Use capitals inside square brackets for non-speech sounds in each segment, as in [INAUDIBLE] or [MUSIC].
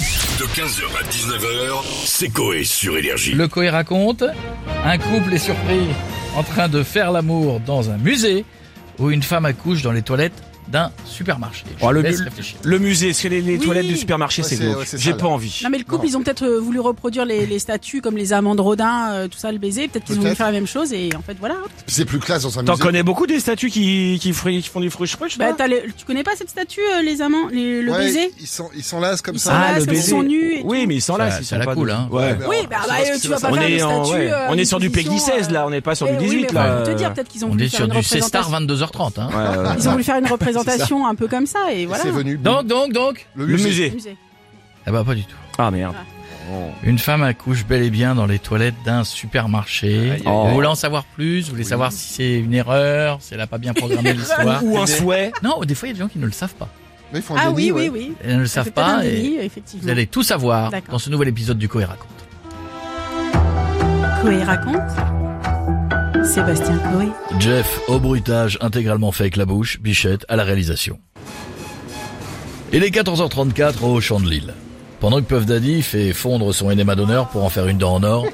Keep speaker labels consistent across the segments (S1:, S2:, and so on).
S1: De 15h à 19h, c'est Coé sur Énergie.
S2: Le Coé raconte un couple est surpris en train de faire l'amour dans un musée où une femme accouche dans les toilettes d'un supermarché. Je
S3: Oh,
S2: te
S3: le,
S2: laisse
S3: le-
S2: réfléchir.
S3: le musée, c'est les, les
S4: Oui.
S3: toilettes du supermarché,
S4: Ouais,
S3: c'est
S4: c'est-
S3: glauque.
S4: ouais, c'est
S3: J'ai
S4: sale.
S3: pas envie.
S4: Non,
S5: Non mais le couple, ils ont peut-être euh, voulu reproduire les, les statues comme les amants de Rodin, euh, tout ça, le baiser. Peut-être qu'ils ont voulu
S4: Peut-être.
S5: faire la même chose et en fait voilà.
S4: C'est plus classe dans un
S3: T'en
S4: musée.
S3: connais beaucoup des statues qui, qui, fri- qui font du fruche fruche
S5: Bah, t'as les- tu connais pas cette statue, euh, les amants, les- le
S4: Ouais,
S5: baiser
S4: Ils sont, ils sont là comme
S5: Ils
S4: ça.
S5: sont là, Ah, le parce qu'ils baiser. sont nus et
S3: Oui,
S5: tout.
S3: mais ils sont là.
S2: Ça-
S3: ils
S2: ça
S3: sont
S2: la
S3: pas
S2: cool,
S3: de-
S2: hein.
S3: Ouais.
S4: mais
S5: Oui,
S4: alors,
S5: bah,
S4: je
S5: bah,
S4: sais pas ce
S5: euh,
S4: que
S5: tu
S4: c'est,
S5: vas
S4: ça.
S5: pas
S3: On
S5: faire une
S3: est, en,
S5: statue,
S3: ouais.
S5: euh,
S3: on est sur du
S5: une
S3: Peggy
S5: position,
S3: 16 là, on n'est pas sur
S5: eh
S3: du
S5: oui,
S3: 18
S5: mais
S3: là.
S5: Je vais te dire, peut-être qu'ils ont
S2: On
S5: voulu
S2: est
S5: faire
S2: sur
S5: une
S2: du C-Star
S5: représentation.
S2: 22h30. Hein.
S3: Ouais, ouais.
S5: Ils ont voulu faire une représentation un peu comme ça et
S4: Et
S5: voilà.
S4: C'est venu.
S2: Donc, donc, donc
S4: le
S3: Le
S4: musée.
S3: musée.
S5: Musée.
S2: Eh ben pas du tout.
S3: Ah merde.
S2: Une femme accouche bel et bien dans les toilettes d'un supermarché.
S3: aïe, aïe.
S2: Vous voulez en savoir plus Vous voulez savoir si c'est une erreur Si elle a pas bien programmé l'histoire
S3: Ou un souhait.
S2: Non, des fois il y a des gens qui ne le savent pas.
S4: Mais ils font un
S5: Ah
S4: déni,
S5: oui, oui,
S4: ouais.
S5: oui.
S2: Ils ne le
S5: Ça
S2: savent
S5: fait peut-être un
S2: pas
S5: déni,
S2: et vous
S5: effectivement.
S2: allez tout savoir
S5: D'accord.
S2: dans ce nouvel épisode du Coé raconte.
S5: Coé raconte. Sébastien Coé.
S2: Jeff au bruitage intégralement fait avec la bouche, Bichette à la réalisation. Il est 14h34 au Champ de Lille. Pendant que Puff Daddy fait fondre son énéma d'honneur pour en faire une dent en or,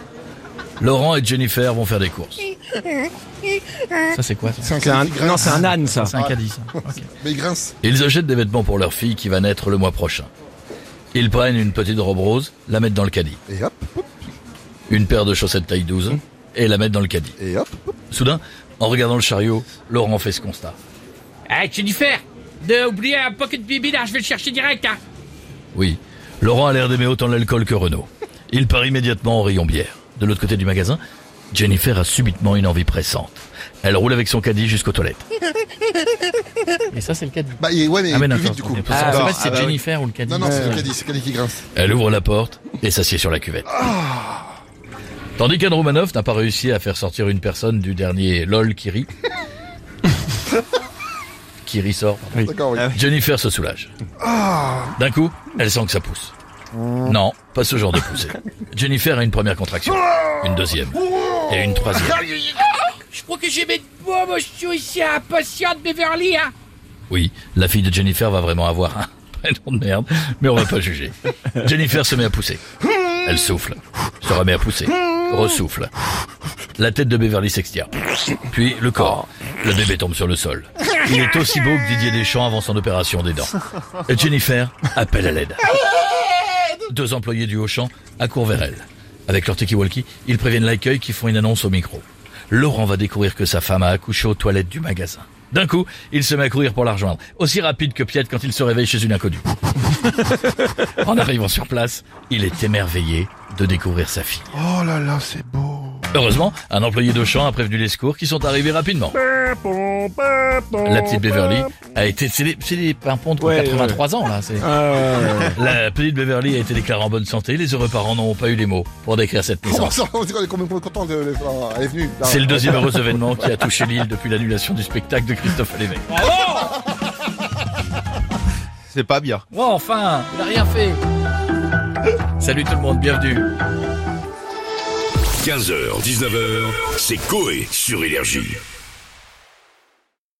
S2: Laurent et Jennifer vont faire des courses. Ça c'est quoi ça
S4: C'est un
S3: C'est un-
S4: cadavre qui grince.
S3: Non, c'est un âne ça.
S2: C'est un caddie ça. Ok.
S4: Mais il grince.
S2: Ils achètent des vêtements pour leur fille qui va naître le mois prochain. Ils prennent une petite robe rose, la mettent dans le caddie.
S4: Et hop,
S2: Une paire de chaussettes taille 12 et la mettent dans le caddie.
S4: et hop.
S2: Soudain, en regardant le chariot, Laurent fait ce constat.
S6: Eh, Jennifer, de oublier un pocket bibi là, je vais le chercher direct. Hein.
S2: Oui, Laurent a l'air d'aimer autant l'alcool que Renault. Il part immédiatement au rayon bière. De l'autre côté du magasin, Jennifer a subitement une envie pressante. Elle roule avec son caddie jusqu'aux toilettes. Et ça, c'est le caddie.
S4: Bah, il- ouais, mais, plus vite du coup.
S2: on
S3: Ah,
S2: sait pas
S3: bon,
S2: si c'est
S3: ah bah oui.
S2: Jennifer ou le caddie. Euh,
S4: Non, non, c'est le caddie, c'est le caddie qui grince.
S2: Elle ouvre la porte et s'assied sur la cuvette. Tandis qu'Anne Romanoff n'a pas réussi à faire sortir une personne du dernier LOL qui rit. qui rit sort. pardon.
S4: D'accord, oui.
S2: Jennifer se soulage. D'un coup, elle sent que ça pousse. Non, pas ce genre de poussée. Jennifer a une première contraction, une deuxième et une troisième.
S6: Je crois que j'ai mes beaux motions ici à un patient de Beverly. Hein.
S2: Oui, la fille de Jennifer va vraiment avoir un [LAUGHS] prénom de merde, mais on va pas juger. Jennifer se met à pousser. Elle souffle, se remet à pousser, ressouffle. La tête de Beverly s'extire. Puis le corps. Le bébé tombe sur le sol. Il est aussi beau que Didier Deschamps avant son opération des dents. Et Jennifer appelle à l'aide. Deux employés du Auchan accourent vers elle. Avec leur tiki-walkie, ils préviennent l'accueil qui font une annonce au micro. Laurent va découvrir que sa femme a accouché aux toilettes du magasin. D'un coup, il se met à courir pour la rejoindre, aussi rapide que Piette quand il se réveille chez une
S4: [LAUGHS]
S2: inconnue. en arrivant sur place, il est émerveillé de découvrir sa fille.
S4: Oh là là, c'est beau.
S2: Heureusement, un employé d'Auchan a prévenu les secours qui sont arrivés rapidement. La petite Beverly a été... C'est des- c'est des pimpons de
S3: Ouais,
S2: 83 ans, là. c'est- La petite Beverly a été déclarée en bonne santé. Les heureux parents n'ont pas eu les mots pour décrire cette
S4: [LAUGHS] On
S2: naissance.
S4: sent- on est complètement content de de- de- Elle est venue.
S7: Oh.
S4: là.
S2: C'est le deuxième heureux événement qui a touché l'île depuis l'annulation du spectacle de Christophe Lévesque.
S7: C'est pas bien.
S2: Oh, enfin, il n'a rien fait. Salut tout le monde, bienvenue.
S1: 15h, 19h, c'est Coé sur Énergie.